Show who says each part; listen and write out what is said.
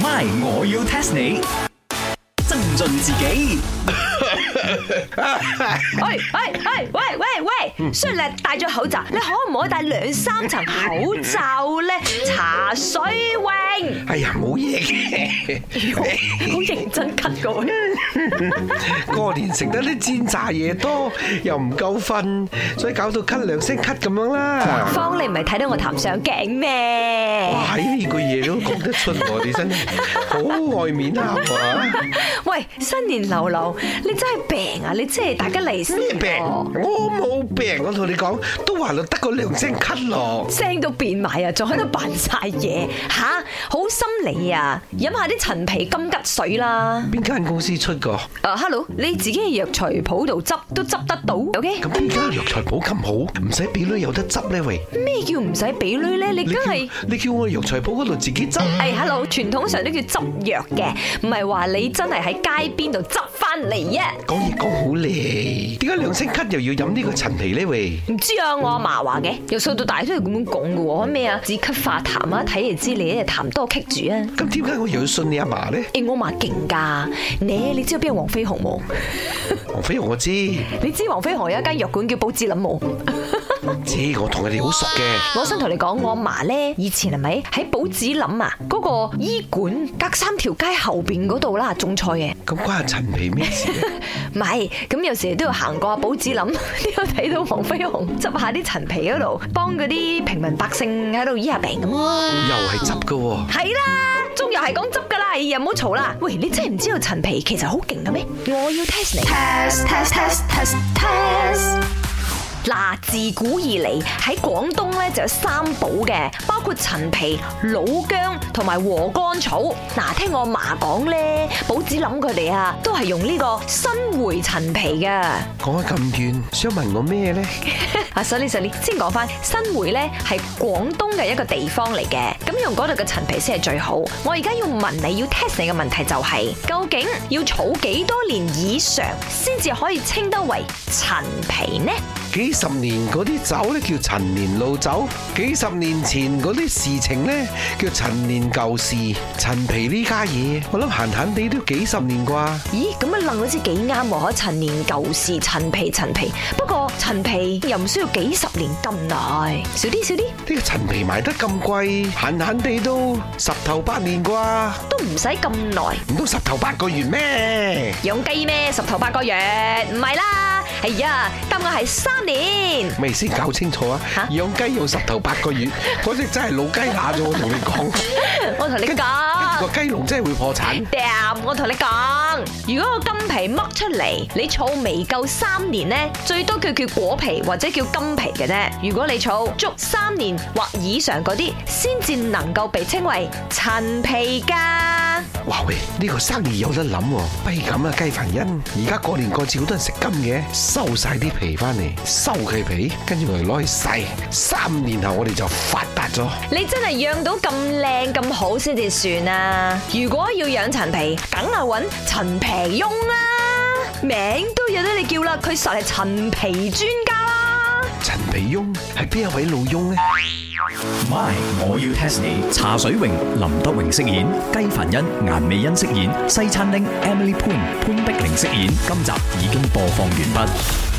Speaker 1: My，我要 test 你。增進自己，
Speaker 2: 喂喂喂哎喂喂喂，雖然你戴咗口罩，你可唔可以戴兩三層口罩咧？茶水泳
Speaker 3: 哎呀，冇嘢嘅。
Speaker 2: 好認真咳噶喎，
Speaker 3: 過年食得啲煎炸嘢多，又唔夠瞓，所以搞到咳兩聲咳咁樣啦。
Speaker 2: 方你唔係睇到我談上鏡咩？
Speaker 3: 哇！呢句嘢都講得出喎，你真係好外面啊！哇
Speaker 2: 喂，新年流流，你真係病啊！你真係大家嚟先
Speaker 3: 咩病？我冇病，我同你講，都話得個兩聲咳咯。
Speaker 2: 聲都變埋啊，仲喺度扮晒嘢吓，好心你啊！飲下啲陳皮金桔水啦。
Speaker 3: 邊間公司出過？
Speaker 2: 啊，hello，你自己嘅藥材鋪度執都執得到，OK？
Speaker 3: 咁邊間藥材鋪咁好，唔使俾女有得執呢？喂！
Speaker 2: 咩叫唔使俾女咧？你
Speaker 3: 你
Speaker 2: 梗
Speaker 3: 叫
Speaker 2: 係。
Speaker 3: 你叫我藥材鋪嗰度自己執。
Speaker 2: 哎，hello，傳統上都叫執藥嘅，唔係話你真係喺街邊度執翻嚟啊！
Speaker 3: 講嘢講好嚟，點解兩聲咳又要飲呢個陳皮呢？喂，
Speaker 2: 唔知啊，我阿嫲話嘅，由細到大都係咁樣講嘅喎，咩啊止咳化痰啊，睇嚟知你咧痰多棘住啊！
Speaker 3: 咁點解我又要信你阿嫲呢？
Speaker 2: 誒，我阿嫲勁㗎，你你知道邊個黃飛鴻冇？
Speaker 3: 王菲我知，
Speaker 2: 你知黃飛鴻有一間藥館叫寶芝林冇？
Speaker 3: 知我同佢哋好熟嘅。
Speaker 2: 我想同你講，我阿嫲咧以前係咪喺寶芝林啊嗰、個醫館隔三條街後邊嗰度啦種菜嘅？
Speaker 3: 咁關阿陳皮咩事呢？
Speaker 2: 唔係，咁有時都要行過阿寶子林， 都有睇到黃飛鴻執下啲陳皮嗰度，幫嗰啲平民百姓喺度醫下病咁咯。
Speaker 3: 又係執嘅喎。
Speaker 2: 係啦，中又係講執噶啦，哎呀唔好嘈啦。喂，你真係唔知道陳皮其實好勁嘅咩？我要 test 你。
Speaker 4: test test test test test
Speaker 2: 嗱，自古以嚟喺廣東咧就有三寶嘅，包括陳皮、老姜同埋禾乾草。嗱，聽我嫲講咧，寶子林佢哋啊，都係用呢個新會陳皮嘅。
Speaker 3: 講咗咁遠，想問我咩呢？
Speaker 2: 啊，所以 s 先講翻新會咧，係廣東嘅一個地方嚟嘅，咁用嗰度嘅陳皮先係最好。我而家要問你要 test 你嘅問題就係、究竟要儲幾多年以上先至可以稱得為陳皮呢？
Speaker 3: 幾十年嗰啲酒呢叫陳年老酒，幾十年前嗰啲事情呢叫陳年舊事。陳皮呢家嘢，我諗閒閒地都幾十年啩。
Speaker 2: 咦，咁啊樣楞好似幾啱喎！可陳年舊事，陳皮陳皮。不過陳皮又唔需要幾十年咁耐，少啲少啲
Speaker 3: 呢個陳皮賣得咁貴，閒閒地都十頭八年啩，
Speaker 2: 都唔使咁耐。
Speaker 3: 唔通十頭八個月咩？
Speaker 2: 養雞咩？十頭八個月，唔係啦。哎呀，答案係三年。
Speaker 3: 咪先搞清楚啊
Speaker 2: 嚇！
Speaker 3: 養雞要十頭八個月，嗰只真係老雞乸咗，我同你講，
Speaker 2: 我同你講。
Speaker 3: 個雞籠真係會破產。
Speaker 2: damn！我同你講，如果個金皮剝出嚟，你儲未夠三年呢，最多佢叫果皮或者叫金皮嘅啫。如果你儲足三年或以上嗰啲，先至能夠被稱為陳皮噶。
Speaker 3: 哇喂，呢個生意有得諗喎！不如咁啊，雞凡欣，而家過年過節好多人食金嘅，收晒啲皮翻嚟，收佢皮，跟住我哋攞去晒，三年後我哋就發達咗。
Speaker 2: 你真係養到咁靚咁好先至算啊！如果要養陳皮，梗係揾陳皮翁啦，名都有得你叫啦，佢實係陳皮專家啦。
Speaker 3: 陳皮翁係邊一位老翁呢？
Speaker 1: My，我要 test 你。茶水榮、林德榮飾演，雞凡欣、顏美欣飾演，西餐廳 Emily Poon 潘碧玲飾演。今集已經播放完畢。